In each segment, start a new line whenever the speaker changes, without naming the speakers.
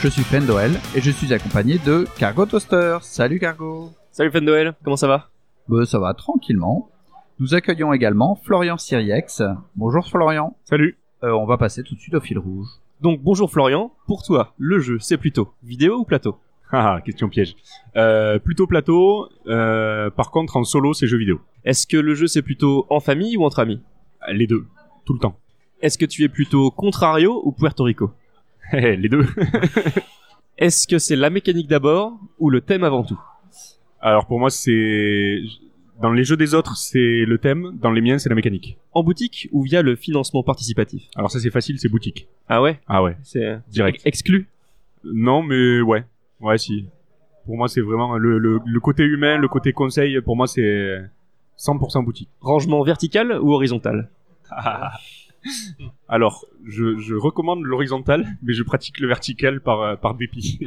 Je suis Pendoel et je suis accompagné de Cargo Toaster. Salut Cargo
Salut Fun Noël, comment ça va
Bah, Ça va tranquillement. Nous accueillons également Florian Siriex. Bonjour Florian.
Salut
Euh, on va passer tout de suite au fil rouge.
Donc bonjour Florian, pour toi, le jeu c'est plutôt vidéo ou plateau
Ah, question piège. Euh, plutôt plateau. euh, par contre, en solo, c'est jeux vidéo.
Est-ce que le jeu c'est plutôt en famille ou entre amis
Les deux, tout le temps.
Est-ce que tu es plutôt Contrario ou Puerto Rico
Eh, Les deux.
Est-ce que c'est la mécanique d'abord ou le thème avant tout
Alors pour moi, c'est dans les jeux des autres, c'est le thème. Dans les miens, c'est la mécanique.
En boutique ou via le financement participatif
Alors ça, c'est facile, c'est boutique.
Ah ouais
Ah ouais,
C'est euh,
direct.
exclu
Non, mais ouais, ouais, si. Pour moi, c'est vraiment le, le, le côté humain, le côté conseil. Pour moi, c'est 100% boutique.
Rangement vertical ou horizontal
Alors, je, je recommande l'horizontal, mais je pratique le vertical par euh, par dépit.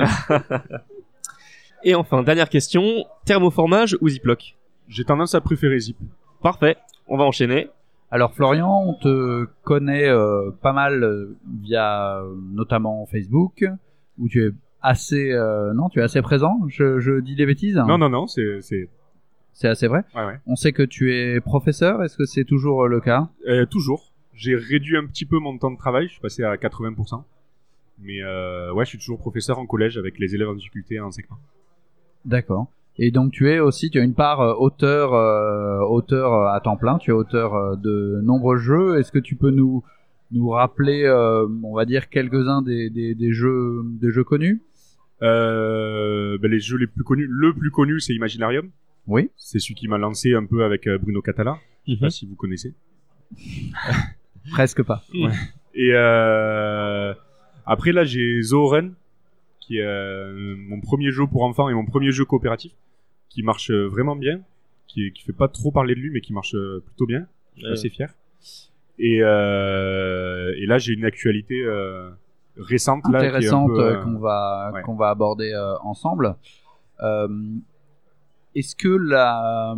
Et enfin, dernière question, thermoformage ou ziploc
J'ai tendance à préférer Zip.
Parfait, on va enchaîner.
Alors Florian, on te connaît euh, pas mal euh, via euh, notamment Facebook, où tu es assez euh, non, tu es assez présent. Je, je dis des bêtises. hein
Non, non, non, c'est c'est
C'est assez vrai.
ouais, ouais.
On sait que tu es professeur. Est-ce que c'est toujours euh, le cas
Euh, toujours. J'ai réduit un petit peu mon temps de travail, je suis passé à 80%. Mais euh, ouais, je suis toujours professeur en collège avec les élèves en difficulté en segment.
D'accord. Et donc tu es aussi, tu as une part euh, auteur, euh, auteur euh, à temps plein. Tu es auteur euh, de nombreux jeux. Est-ce que tu peux nous nous rappeler, euh, on va dire quelques-uns des, des, des jeux des jeux connus
Euh, ben, les jeux les plus connus, le plus connu c'est Imaginarium.
Oui.
C'est celui qui m'a lancé un peu avec euh, Bruno Catala, je sais
Mhm.
pas si vous connaissez.
Presque pas.
Et euh, après là j'ai Zoran, qui est euh, mon premier jeu pour enfants et mon premier jeu coopératif, qui marche euh, vraiment bien, qui, qui fait pas trop parler de lui mais qui marche euh, plutôt bien. Je suis assez fier. Et, euh, et là, j'ai une actualité euh, récente. là, qui est un
intéressante
peu,
euh,
euh,
qu'on va
ouais.
qu'on va aborder euh, ensemble. Euh, est-ce que la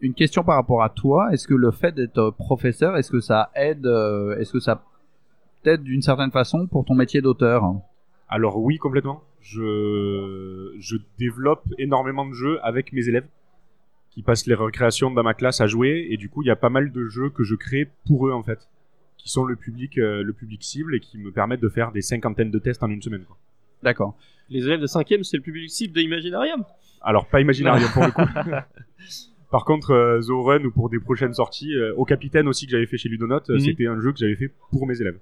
une question par rapport à toi, est-ce que le fait d'être professeur, est-ce que ça aide, euh, est-ce que ça t'aide d'une certaine façon pour ton métier d'auteur
Alors oui, complètement. Je, je développe énormément de jeux avec mes élèves qui passent les récréations dans ma classe à jouer. Et du coup, il y a pas mal de jeux que je crée pour eux, en fait, qui sont le public, euh, le public cible et qui me permettent de faire des cinquantaines de tests en une semaine. quoi.
D'accord.
Les élèves de 5ème, c'est le public cible de Imaginarium
Alors, pas Imaginarium pour le coup. Par contre, euh, The Run ou pour des prochaines sorties, euh, Au Capitaine aussi que j'avais fait chez Ludonote, euh,
Mhm.
c'était un jeu que j'avais fait pour mes élèves.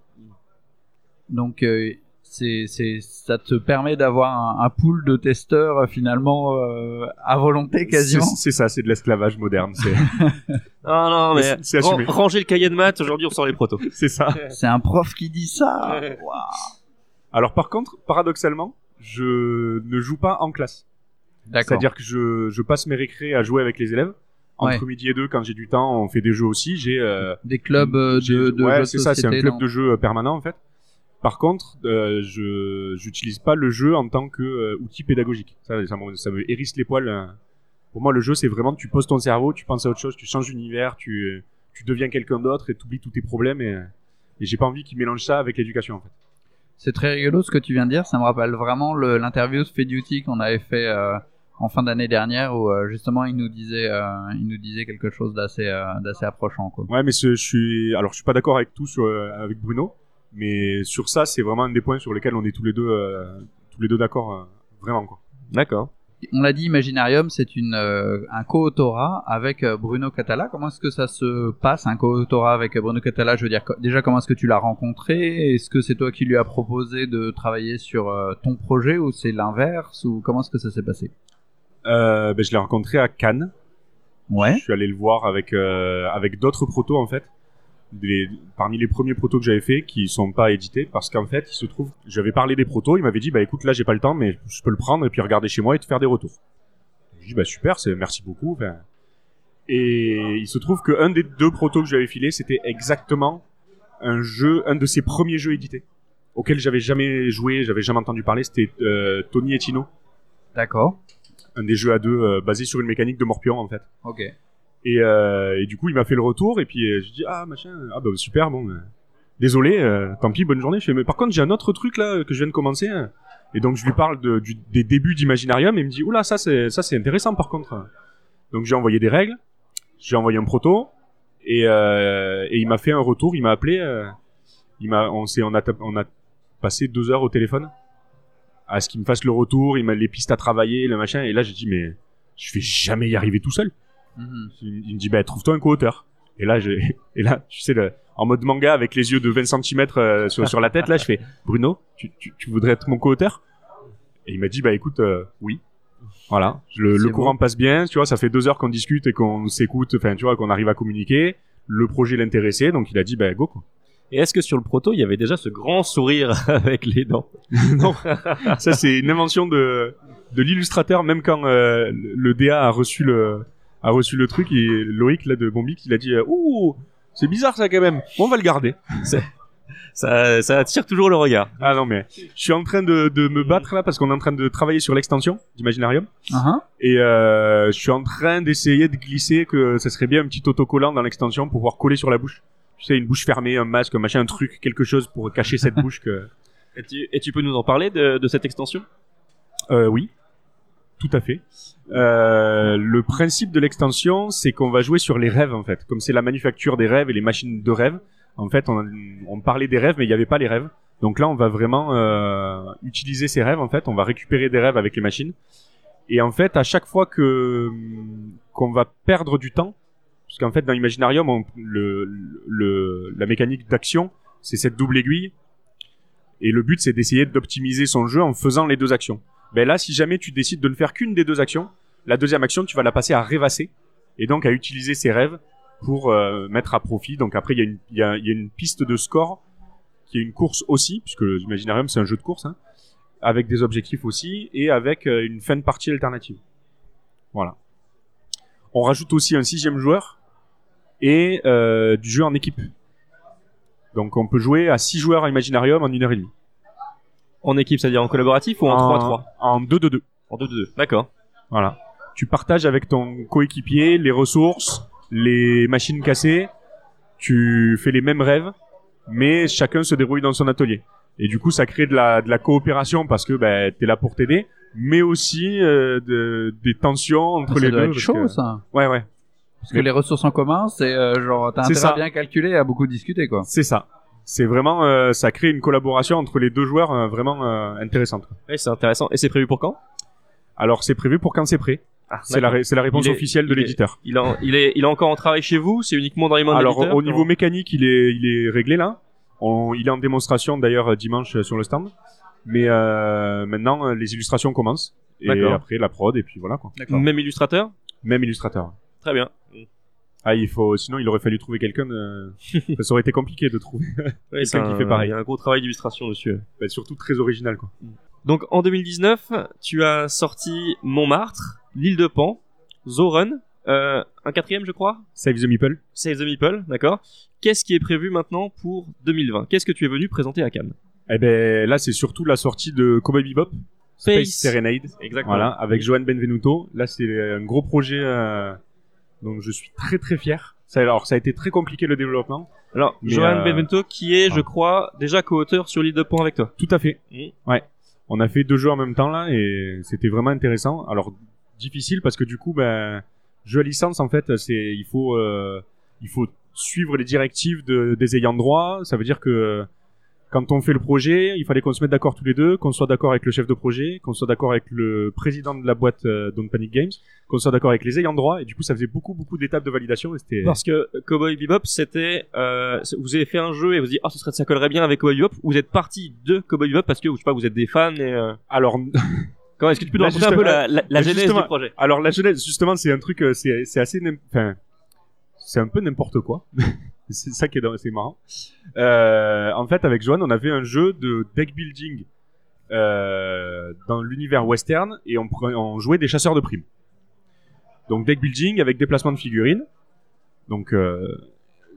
Donc euh, c'est c'est ça te permet d'avoir un, un pool de testeurs euh, finalement euh, à volonté quasiment.
C'est- C'est ça, c'est de l'esclavage moderne. c'est-
Ah non, mais,
Mais c'est- c'est assumé.
ran- rangez le cahier de maths, aujourd'hui on sort les protos.
C'est ça.
C'est un prof qui dit ça.
Ouais.
Waouh.
Alors par contre, paradoxalement, je ne joue pas en classe.
D'accord.
C'est-à-dire que je, je passe mes récrés à jouer avec les élèves. Entre
Ouais.
midi et deux, quand j'ai du temps, on fait des jeux aussi. J'ai euh,
Des clubs euh,
j'ai-
de, de jeux
ouais,
de
c'est ça, c'est un
société,
club
non
de jeux euh, permanent en fait. Par contre, euh, je j'utilise pas le jeu en tant que euh, outil pédagogique. Ça, ça, me, ça me hérisse les poils. euh. Pour moi, le jeu, c'est vraiment tu poses ton cerveau, tu penses à autre chose, tu changes d'univers, tu tu deviens quelqu'un d'autre et t'oublies tous tes problèmes. Et, et j'ai pas envie qu'ils mélangent ça avec l'éducation en fait.
C'est très rigolo ce que tu viens de dire. Ça me rappelle vraiment le- l'interview de Fait Duty qu'on avait fait euh, en fin d'année dernière où euh, justement il nous disait, euh, il nous disait quelque chose d'assez, euh, d'assez approchant. Quoi.
Ouais, mais ce- je suis. Alors, je suis pas d'accord avec tout sur, euh, avec Bruno, mais sur ça, c'est vraiment un des points sur lesquels on est tous les deux, euh, tous les deux d'accord, euh, vraiment quoi.
D'accord.
On l'a dit, Imaginarium, c'est une, euh, un co-autorat avec euh, Bruno Catala. Comment est-ce que ça se passe, un co-autorat avec euh, Bruno Catala Je veux dire, co- déjà, comment est-ce que tu l'as rencontré Est-ce que c'est toi qui lui as proposé de travailler sur euh, ton projet ou c'est l'inverse Ou comment est-ce que ça s'est passé
Euh, ben, je l'ai rencontré à Cannes.
Ouais.
Je suis allé le voir avec euh, avec d'autres protos en fait. Des- parmi les premiers protos que j'avais fait qui sont pas édités parce qu'en fait il se trouve j'avais parlé des protos il m'avait dit bah écoute là j'ai pas le temps mais je peux le prendre et puis regarder chez moi et te faire des retours je dit bah super, c'est merci beaucoup. Enfin, et il se trouve qu'un des deux protos que je lui avais filé, c'était exactement un jeu, un de ses premiers jeux édités, auquel j'avais jamais joué, j'avais jamais entendu parler. C'était euh, Tony et Tino,
D'accord.
un des jeux à deux euh, basé sur une mécanique de Morpion en fait.
Ok.
Et, euh, et du coup, il m'a fait le retour, et puis euh, je dis ah machin, ah bah super, bon, euh, désolé, euh, tant pis, bonne journée. Je fais mais par contre j'ai un autre truc là euh, que je viens de commencer, hein. et donc je lui parle de- du- des débuts d'Imaginarium, et il me dit oula ça c'est ça c'est intéressant par contre. Donc j'ai envoyé des règles, j'ai envoyé un proto, et, euh, et il m'a fait un retour, il m'a appelé, euh, il m'a on s'est on a tap- on a passé deux heures au téléphone à ce qu'il me fasse le retour, il m'a les pistes à travailler, le machin, et là j'ai dit mais je vais jamais y arriver tout seul.
Mhm.
Il, il me dit, bah, trouve-toi un co-auteur. Et là, je, et là, tu sais, le- en mode manga avec les yeux de 20 cm sur, sur la tête, là, je fais, Bruno, tu, tu, tu voudrais être mon co-auteur? Et il m'a dit, bah, écoute, euh, oui. Voilà. Je- Le,
C'est
le
beau.
courant passe bien, tu vois, ça fait deux heures qu'on discute et qu'on s'écoute, enfin, tu vois, qu'on arrive à communiquer. Le projet l'intéressait, donc il a dit, bah, go, quoi.
Et est-ce que sur le proto, il y avait déjà ce grand sourire avec les dents
Ça, c'est une invention de, de l'illustrateur, même quand euh, le DA a reçu le, a reçu le truc, et Loïc, là, de Bombic, il a dit, euh, ouh, c'est bizarre, ça, quand même. On va le garder.
ça, ça attire toujours le regard.
Ah non mais je suis en train de, de me battre là parce qu'on est en train de travailler sur l'extension d'Imaginarium
Ahem.
et euh, je suis en train d'essayer de glisser que ça serait bien un petit autocollant dans l'extension pour pouvoir coller sur la bouche. Tu sais une bouche fermée, un masque, un machin, un truc, quelque chose pour cacher cette bouche que
Et tu, et tu peux nous en parler de, de cette extension
euh, oui. Tout à fait. Euh, le principe de l'extension, c'est qu'on va jouer sur les rêves en fait. Comme c'est la manufacture des rêves et les machines de rêves, en fait, on, on parlait des rêves, mais il n'y avait pas les rêves. Donc là, on va vraiment euh, utiliser ces rêves en fait. On va récupérer des rêves avec les machines. Et en fait, à chaque fois que qu'on va perdre du temps, parce qu'en fait, dans Imaginarium, on- le, le- la mécanique d'action, c'est cette double aiguille. Et le but, c'est d'essayer d'optimiser son jeu en faisant les deux actions ben là, si jamais tu décides de ne faire qu'une des deux actions, la deuxième action, tu vas la passer à rêvasser et donc à utiliser ses rêves pour euh, mettre à profit. Donc après, il y, a une- il y, a, il y a une piste de score qui est une course aussi, puisque l'Imaginarium, c'est un jeu de course, hein, avec des objectifs aussi et avec euh, une fin de partie alternative. Voilà. On rajoute aussi un sixième joueur et euh, du jeu en équipe. Donc on peut jouer à six joueurs à Imaginarium en une heure et demie.
En équipe, c'est-à-dire en collaboratif ou en 3-3
En 2-2-2.
En 2-2. D'accord.
Voilà. Tu partages avec ton coéquipier les ressources, les machines cassées, tu fais les mêmes rêves, mais chacun se débrouille dans son atelier. Et du coup, ça crée de la, de la coopération parce que ben, t'es là pour t'aider, mais aussi euh, de- des tensions entre
Ça
les
doit
deux.
être
parce
chaud
que-
ça.
Ouais, ouais.
Parce que les ressources en commun, c'est euh, genre t'as
C'est
intérêt
ça.
à bien calculer et à beaucoup discuter quoi.
C'est ça. C'est vraiment, euh, ça crée une collaboration entre les deux joueurs euh, vraiment euh, intéressante.
Ouais, c'est intéressant. Et c'est prévu pour quand
Alors, c'est prévu pour quand c'est prêt. Ah, C'est la, ré- c'est la réponse
Il est-
officielle de
il est-
l'éditeur.
Il, en- il est, il est encore en travail chez vous C'est uniquement dans les mains de
Alors
l'éditeur
au niveau mécanique, il est, il est réglé là. On- il est en démonstration d'ailleurs euh, dimanche euh, sur le stand. Mais euh, maintenant, euh, les illustrations commencent. Et
D'accord.
après la prod et puis voilà quoi.
D'accord.
Même illustrateur
Même illustrateur.
Très bien.
Ah, il faut. Sinon, il aurait fallu trouver quelqu'un. de- Enfin, ça aurait été compliqué de trouver.
Ouais,
Quelqu'un
c'est
qui
un-
fait pareil.
Il y a un gros travail d'illustration dessus.
Bah, surtout très original quoi.
Donc en 2019, tu as sorti Montmartre, l'île de Pan, Zoran, euh, un quatrième je crois,
Save the Meeple.
Save the Meeple, d'accord. Qu'est-ce qui est prévu maintenant pour 2020 Qu'est-ce que tu es venu présenter à Cannes
Eh ben là, c'est surtout la sortie de Cowboy Bebop, Space Serenade.
Exactement.
Voilà, avec Johan Benvenuto. Là, c'est euh, un gros projet euh, dont je suis très très fier. Ça, alors, ça a été très compliqué le développement.
Alors,
Mais,
Johan
euh,
Benvenuto qui est, je
ah.
crois, déjà co-auteur sur l'île de Pan avec toi.
Tout à fait.
Mm.
Ouais. On a fait deux jeux en même temps là et c'était vraiment intéressant. Alors difficile parce que du coup, ben, jeu à licence en fait, c'est il faut euh, il faut suivre les directives de- des ayants droit. Ça veut dire que quand on fait le projet, il fallait qu'on se mette d'accord tous les deux, qu'on soit d'accord avec le chef de projet, qu'on soit d'accord avec le président de la boîte euh, Don't Panic Games, qu'on soit d'accord avec les ayants droit. Et du coup, ça faisait beaucoup beaucoup d'étapes de validation et c'était
Parce que Cowboy Bebop, c'était, euh, c'est- vous avez fait un jeu et vous dites, ah, ce serait, ça collerait bien avec Cowboy Bebop. Vous êtes parti de Cowboy Bebop parce que, je sais pas, vous êtes des fans et. euh,
alors
Comment est-ce que tu peux nous
Bah,
raconter un peu la, la, la
bah,
genèse
justement.
du projet
Alors la jeunesse, justement, c'est un truc, euh, c'est c'est assez, n'im- enfin, c'est un peu n'importe quoi. c'est ça qui est, dans- c'est marrant. Euh, en fait, avec Johan, on avait un jeu de deck building euh, dans l'univers western et on, pre- on jouait des chasseurs de primes. Donc deck building avec déplacement de figurines. Donc euh,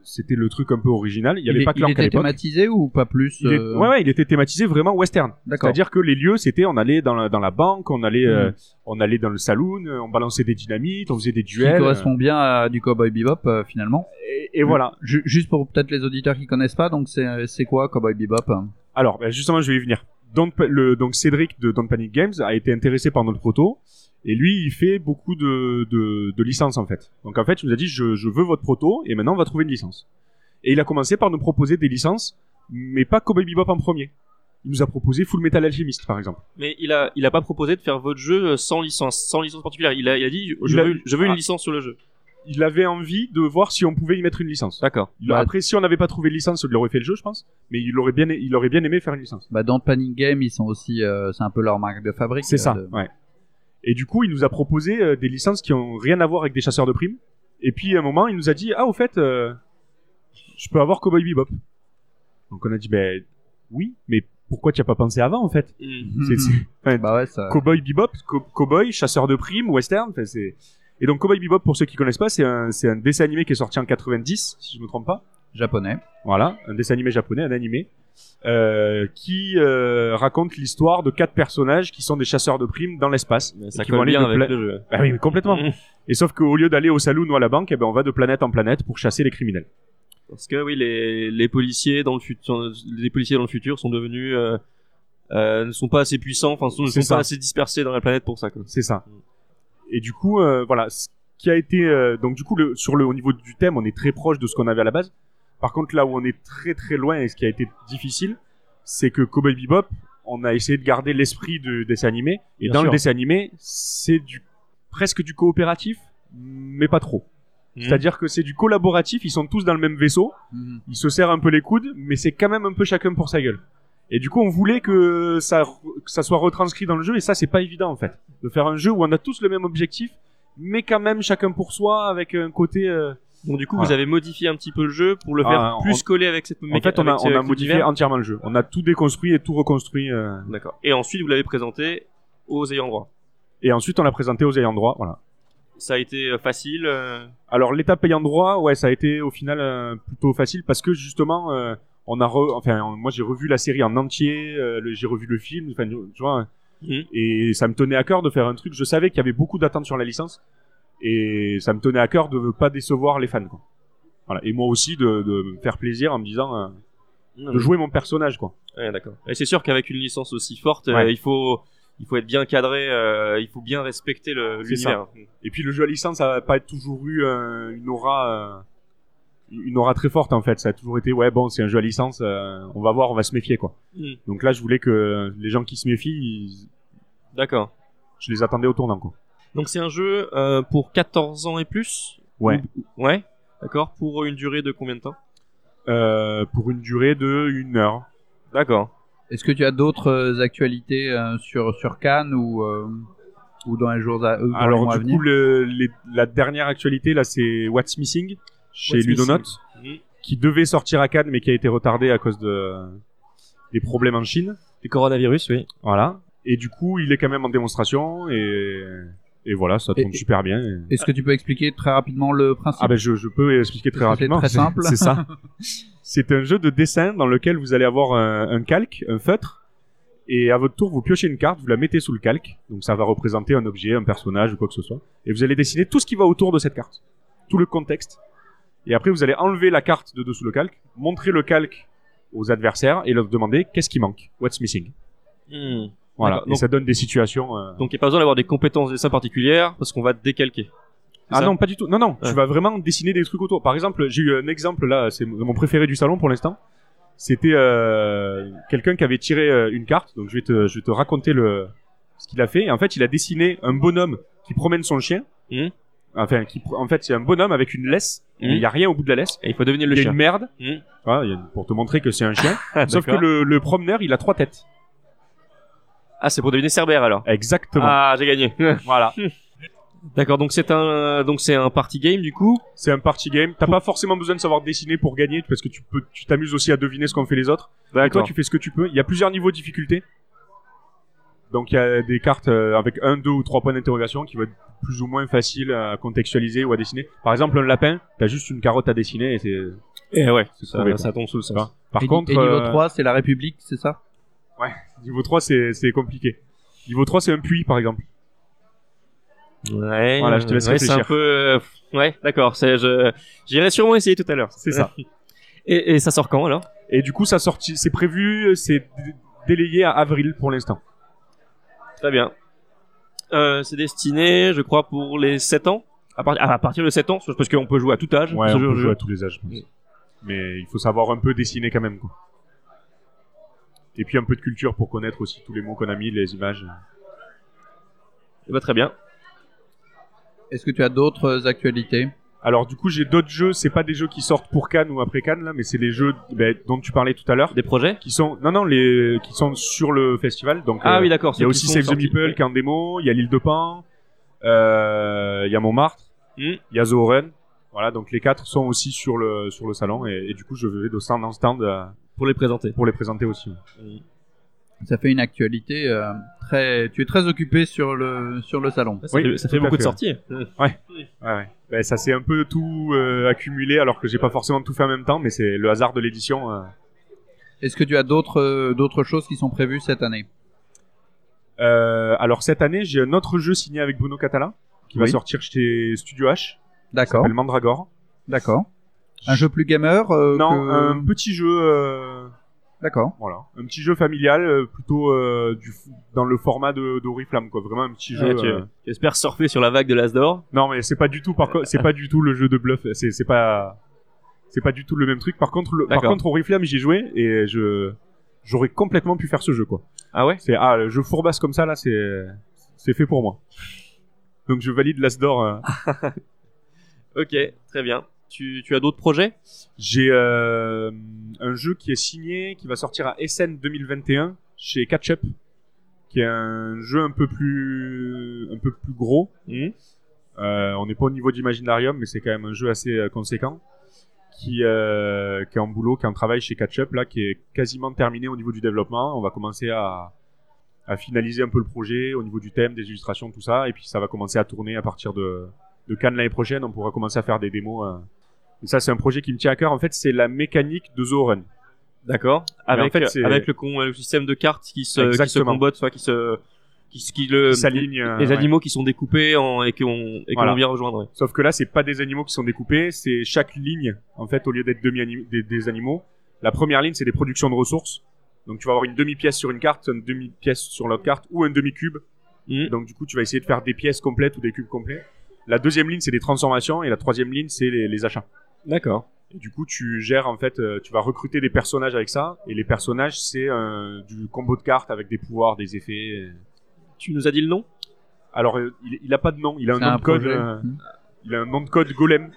c'était le truc un peu original. Il n'y avait
est-
pas Clank à
était
l'époque.
thématisé ou pas plus
Il est-
euh,
ouais, ouais, il était thématisé vraiment western.
D'accord.
C'est-à-dire que les lieux, c'était on allait dans la, dans la banque, on allait, euh, on allait dans le saloon, euh, on balançait des dynamites, on faisait des
qui
duels. euh,
correspond bien à du Cowboy Bebop euh, finalement.
et, et voilà.
Ju- juste pour peut-être les auditeurs qui connaissent pas, donc c'est c'est quoi Cowboy Bebop hein
Alors, ben, justement, je vais y venir. Don't Pa- le, donc Cédric de Don't Panic Games a été intéressé par notre proto et lui, il fait beaucoup de, de, de licences en fait. Donc en fait, il nous a dit je, je veux votre proto et maintenant on va trouver une licence. Et il a commencé par nous proposer des licences, mais pas Cowboy Bebop en premier. Il nous a proposé Full Metal Alchemist par exemple.
Mais il a, il a pas proposé de faire votre jeu euh, sans licence, sans licence particulière. Il a, il a dit, je
Il a-
veux, je veux une
Ah.
licence sur le jeu.
Il avait envie de voir si on pouvait y mettre une licence.
D'accord.
Il- Après, si on n'avait pas trouvé de licence, il aurait fait le jeu, je pense. Mais il aurait bien, il aurait bien aimé faire une licence.
Bah dans Panic Game, ils sont aussi, euh, c'est un peu leur marque de fabrique.
C'est
euh,
ça,
de-
ouais. Et du coup, il nous a proposé euh, des licences qui ont rien à voir avec des chasseurs de primes. Et puis, à un moment, il nous a dit Ah, au fait, euh, je peux avoir Cowboy Bebop. Donc, on a dit Ben oui, mais pourquoi tu as pas pensé avant, en fait
Hmm.
C'est- c'est- enfin,
Bah ouais, ça.
Cowboy Bebop, co- cowboy, chasseur de primes, western. enfin, c'est- Et donc, Cowboy Bebop, pour ceux qui connaissent pas, c'est un, c'est un dessin animé qui est sorti en 90, si je me trompe pas.
japonais.
Voilà, un dessin animé japonais, un animé, euh, qui euh, raconte l'histoire de quatre personnages qui sont des chasseurs de primes dans l'espace.
Mais
Et
Ça
qui vont
colle
aller
bien
de
avec
pla-
le Mm. jeu.
Bah oui, mais complètement. Et sauf qu'au lieu d'aller au saloon ou à la banque, eh ben, on va de planète en planète pour chasser les criminels.
Parce que oui, les, les policiers dans le futur, les policiers dans le futur sont devenus, euh, euh, ne sont pas assez puissants, enfin, sont- ne
C'est
sont
ça.
pas assez dispersés dans la planète pour ça. Quoi.
C'est ça.
Mm.
Et du coup, euh, voilà, ce qui a été euh, donc du coup le, sur le au niveau du thème, on est très proche de ce qu'on avait à la base. Par contre, là où on est très très loin et ce qui a été difficile, c'est que Cowboy Bebop, on a essayé de garder l'esprit du dessin animé. Et
Bien
dans
sûr.
le dessin animé, c'est du presque du coopératif, mais pas trop.
Mmh.
C'est-à-dire que c'est du collaboratif. Ils sont tous dans le même vaisseau.
Mhm.
Ils se serrent un peu les coudes, mais c'est quand même un peu chacun pour sa gueule. Et du coup, on voulait que ça, que ça soit retranscrit dans le jeu, et ça, c'est pas évident en fait. De faire un jeu où on a tous le même objectif, mais quand même chacun pour soi, avec un côté. euh,
Donc du coup,
Voilà.
vous avez modifié un petit peu le jeu pour le
Ah,
faire
on-
plus coller avec cette
En
méca-
fait, on a,
avec euh, ce-
on a
avec cet
modifié
univers.
entièrement le jeu. On a tout déconstruit et tout reconstruit. euh,
D'accord. Et ensuite, vous l'avez présenté aux ayants droit.
Et ensuite, on l'a présenté aux ayants droit. Voilà.
Ça a été euh, facile. euh,
Alors l'étape payant droit, ouais, ça a été au final euh, plutôt facile parce que justement, euh, on a, re- enfin, on- moi j'ai revu la série en entier, euh, le- j'ai revu le film, enfin, tu vois,
Mhm.
et ça me tenait à cœur de faire un truc. Je savais qu'il y avait beaucoup d'attentes sur la licence et ça me tenait à cœur de ne pas décevoir les fans, quoi. Voilà. Et moi aussi de, de me faire plaisir en me disant euh,
Ah
de jouer mon personnage, quoi.
Ouais, d'accord. Et c'est sûr qu'avec une licence aussi forte, euh,
Ouais.
il faut il faut être bien cadré, euh, il faut bien respecter le-
C'est
l'univers.
Et puis le jeu à licence ça a pas toujours eu euh, une aura, euh, une aura très forte en fait. Ça a toujours été ouais bon, c'est un jeu à licence, euh, on va voir, on va se méfier, quoi.
Mm.
Donc là, je voulais que les gens qui se méfient, ils-
D'accord.
je les attendais au tournant, quoi.
Donc c'est un jeu euh, pour 14 ans et plus.
Ouais.
Ou- Ouais. D'accord. Pour une durée de combien de temps
Euh, pour une durée de une heure.
D'accord.
Est-ce que tu as d'autres euh, actualités euh, sur sur Cannes ou euh, ou dans les jours à, ou dans les
Alors
mois à
du
venir
coup, le- les- la dernière actualité là, c'est What's Missing chez
What's
Ludonaut,
Mm.
qui devait sortir à Cannes, mais qui a été retardé à cause de des problèmes en Chine.
Du coronavirus, oui.
Voilà. Et du coup, il est quand même en démonstration et, et voilà, ça
Et-
tourne super bien. et-
Est-ce que tu peux expliquer très rapidement le principe
Ah ben je, je peux expliquer très
Parce que c'est
rapidement.
très simple.
C'est ça. C'est un jeu de dessin dans lequel vous allez avoir un, un calque, un feutre, et à votre tour vous piochez une carte, vous la mettez sous le calque, donc ça va représenter un objet, un personnage ou quoi que ce soit, et vous allez dessiner tout ce qui va autour de cette carte, tout le contexte. Et après vous allez enlever la carte de dessous le calque, montrer le calque aux adversaires et leur demander qu'est-ce qui manque, what's missing.
Mm.
Voilà.
D'accord,
Et
donc-
ça donne des situations. euh,
Ah. Donc il n'y a pas besoin d'avoir des compétences de dessin particulières parce qu'on va te décalquer.
Ah
ça
non, pas du tout. Non, non,
Ouais.
tu vas vraiment dessiner des trucs autour. Par exemple, j'ai eu un exemple là, c'est mon préféré du salon pour l'instant. C'était euh, quelqu'un qui avait tiré euh, une carte, donc je vais te, je vais te raconter le, ce qu'il a fait. Et en fait, il a dessiné un bonhomme qui promène son chien.
Mhm.
Enfin, qui, pr- en fait, c'est un bonhomme avec une laisse.
Mhm.
Il y a rien au bout de la laisse.
Et il faut devenir le
il y a
chien.
une merde.
Mhm.
Voilà, il y a une- pour te montrer que c'est un chien.
Ah,
Sauf que
d'accord.
le, le promeneur, il a trois têtes.
Ah, c'est pour deviner Cerbère alors.
Exactement.
Ah, j'ai gagné.
Voilà.
D'accord, donc c'est un donc c'est un party game du coup.
C'est un party game. T'as pas forcément besoin de savoir dessiner pour gagner, parce que tu peux, tu t'amuses aussi à deviner ce qu'ont fait les autres. Et toi, tu fais ce que tu peux. Il y a plusieurs niveaux de difficulté. Donc il y a des cartes euh, avec un, deux ou trois points d'interrogation qui vont être plus ou moins faciles à contextualiser ou à dessiner. Par exemple, un lapin, t'as juste une carotte à dessiner et c'est.
Et Eh ouais,
ça- ça
tombe sous le
tu vois. Par contre,
et niveau
euh,
3, c'est la République, c'est ça
niveau 3 c'est c'est compliqué. Niveau 3 c'est un puits par exemple.
Ouais,
Voilà, je te laisse
ouais, c'est un
réfléchir.
peu. euh, ouais, d'accord. c'est- je- J'irai sûrement essayer tout à l'heure.
C'est ça.
Et, et ça sort quand alors
Et du coup, ça sorti, c'est prévu, c'est dé- délayé à avril pour l'instant.
Très bien. Euh, c'est destiné, je crois, pour les 7 ans. À, part- à partir de 7 ans, parce qu'on peut jouer à tout âge.
Ouais,
ce
on
jeu-
peut
jeu.
jouer à tous les âges. je pense.
Mm.
Mais il faut savoir un peu dessiner quand même quoi. Et puis un peu de culture pour connaître aussi tous les mots qu'on a mis, les images.
Eh ben, très bien.
Est-ce que tu as d'autres actualités
Alors du coup, j'ai d'autres jeux, c'est pas des jeux qui sortent pour Cannes ou après Cannes là, mais c'est les jeux ben, dont tu parlais tout à l'heure
Des projets
qui sont non non, les qui sont sur le festival donc
Ah
euh,
oui, d'accord.
Il y
ceux
a
qui
aussi
sont
Save the
sortis.
Meeple qui est en démo, il y a l'île de Pan, euh, il y a Montmartre,
Hmm.
il y a Zoren. Voilà, donc les quatre sont aussi sur le, sur le salon et, et du coup je vais de stand en stand euh,
Pour les présenter.
pour les présenter aussi.
Ça fait une actualité euh, très. Tu es très occupé sur le sur le salon.
Ça
Oui,
fait, ça fait
tout à
beaucoup de
fait. Hmm.
sorties. Euh,
Ouais, ouais. Ben, ça s'est un peu tout euh, accumulé alors que j'ai pas forcément tout fait en même temps, mais c'est le hasard de l'édition. euh.
Est-ce que tu as d'autres euh, d'autres choses qui sont prévues cette année
Euh, alors cette année j'ai un autre jeu signé avec Bruno Catala qui va
Oui. Oh.
sortir chez Studio H, qui
D'accord,
s'appelle Mandragore.
d'accord. Un jeu plus gamer euh,
non,
que-
un petit jeu. euh,
D'accord.
Voilà, un petit jeu familial, euh, plutôt euh, du, f- dans le format de d'Oriflamme, quoi. Vraiment un petit jeu.
Ouais, tu-
euh,
J'espère surfer sur la vague de l'Asdor.
Non, mais c'est pas du tout. Par co- c'est pas du tout le jeu de bluff. C'est c'est pas. C'est pas du tout le même truc. Par contre, le, par
D'accord.
contre, Oriflamme, j'ai joué et je j'aurais complètement pu faire ce jeu, quoi.
Ah ouais
C'est ah, le jeu fourbasse comme ça là, c'est c'est fait pour moi. Donc je valide l'Asdor. euh.
Ok, très bien. Tu, tu as d'autres projets
J'ai euh, un jeu qui est signé, qui va sortir à Essen 2021 chez Catch Up, qui est un jeu un peu plus un peu plus gros. Euh, on n'est pas au niveau d'Imaginarium, mais c'est quand même un jeu assez euh, conséquent. Qui, euh, qui est en boulot, qui est en travail chez Catch-Up, là, qui est quasiment terminé au niveau du développement. On va commencer à, à finaliser un peu le projet au niveau du thème, des illustrations, tout ça. Et puis ça va commencer à tourner à partir de, de Cannes l'année prochaine. On pourra commencer à faire des démos. euh. Et ça, c'est un projet qui me tient à cœur. En fait, c'est la mécanique de Zoran.
D'accord.
Mais en
Avec, euh,
fait, c'est-
avec le, con- le système de cartes qui se, qui se
Exactement.
combote, soit qui se. Qui, se- qui le,
Qui s'aligne, euh,
les
ouais.
animaux qui sont découpés en, et qu'on et qu'on
Voilà.
vient rejoindre. ouais.
Sauf que là, c'est pas des animaux qui sont découpés, c'est chaque ligne, en fait, au lieu d'être demi des, des animaux. La première ligne, c'est des productions de ressources. Donc tu vas avoir une demi-pièce sur une carte, une demi-pièce sur l'autre carte, ou un demi-cube.
Mm.
Mhm.
Donc du coup, tu vas essayer de faire des pièces complètes ou des cubes complets. La deuxième ligne, c'est des transformations, et la troisième ligne, c'est les, les achats.
D'accord.
Et du coup, tu gères, en fait, euh, tu vas recruter des personnages avec ça, et les personnages, c'est euh, du combo de cartes avec des pouvoirs, des effets. euh.
Tu nous as dit le nom
Alors, euh, il, il a pas de nom, il a un
C'est
nom
un
de code,
projet.
euh,
Mhm.
il a un nom de code golem.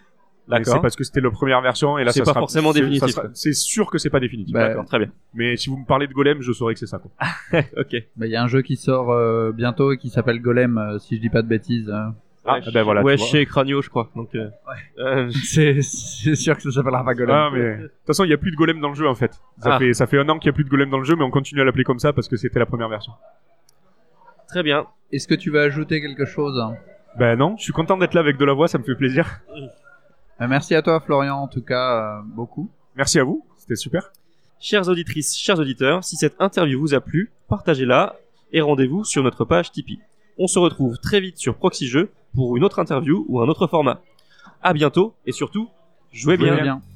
Mais C'est parce que c'était la première version et là
C'est
ça
pas
sera-
forcément
c'est- ça
définitif,
sera-
quoi.
C'est sûr que c'est pas définitif.
Bah,
d'accord.
D'accord, très bien.
Mais si vous me parlez de golem, je saurais que c'est ça. Quoi.
ok.
Bah, Il y a un jeu qui sort euh, bientôt et qui s'appelle Golem, euh, si je dis pas de bêtises. hein.
Ah,
ouais,
ben voilà.
ouais,
tu vois.
chez Cranio, je crois. Donc, euh, euh,
C'est c'est sûr que ça s'appellera pas Golem.
Ah, mais de toute façon, il y a plus de golem dans le jeu en fait. Ça
Ah.
fait ça fait un an qu'il y a plus de golem dans le jeu, mais on continue à l'appeler comme ça parce que c'était la première version.
très bien.
Est-ce que tu veux ajouter quelque chose hein
Ben non, je suis content d'être là avec de la voix, ça me fait plaisir.
Euh, Merci à toi, Florian, en tout cas, euh, beaucoup.
Merci à vous, c'était super.
Chères auditrices, chers auditeurs, si cette interview vous a plu, partagez-la et rendez-vous sur notre page Tipeee. On se retrouve très vite sur Proxy Jeux pour une autre interview ou un autre format. À bientôt et surtout, jouez bien.
bien.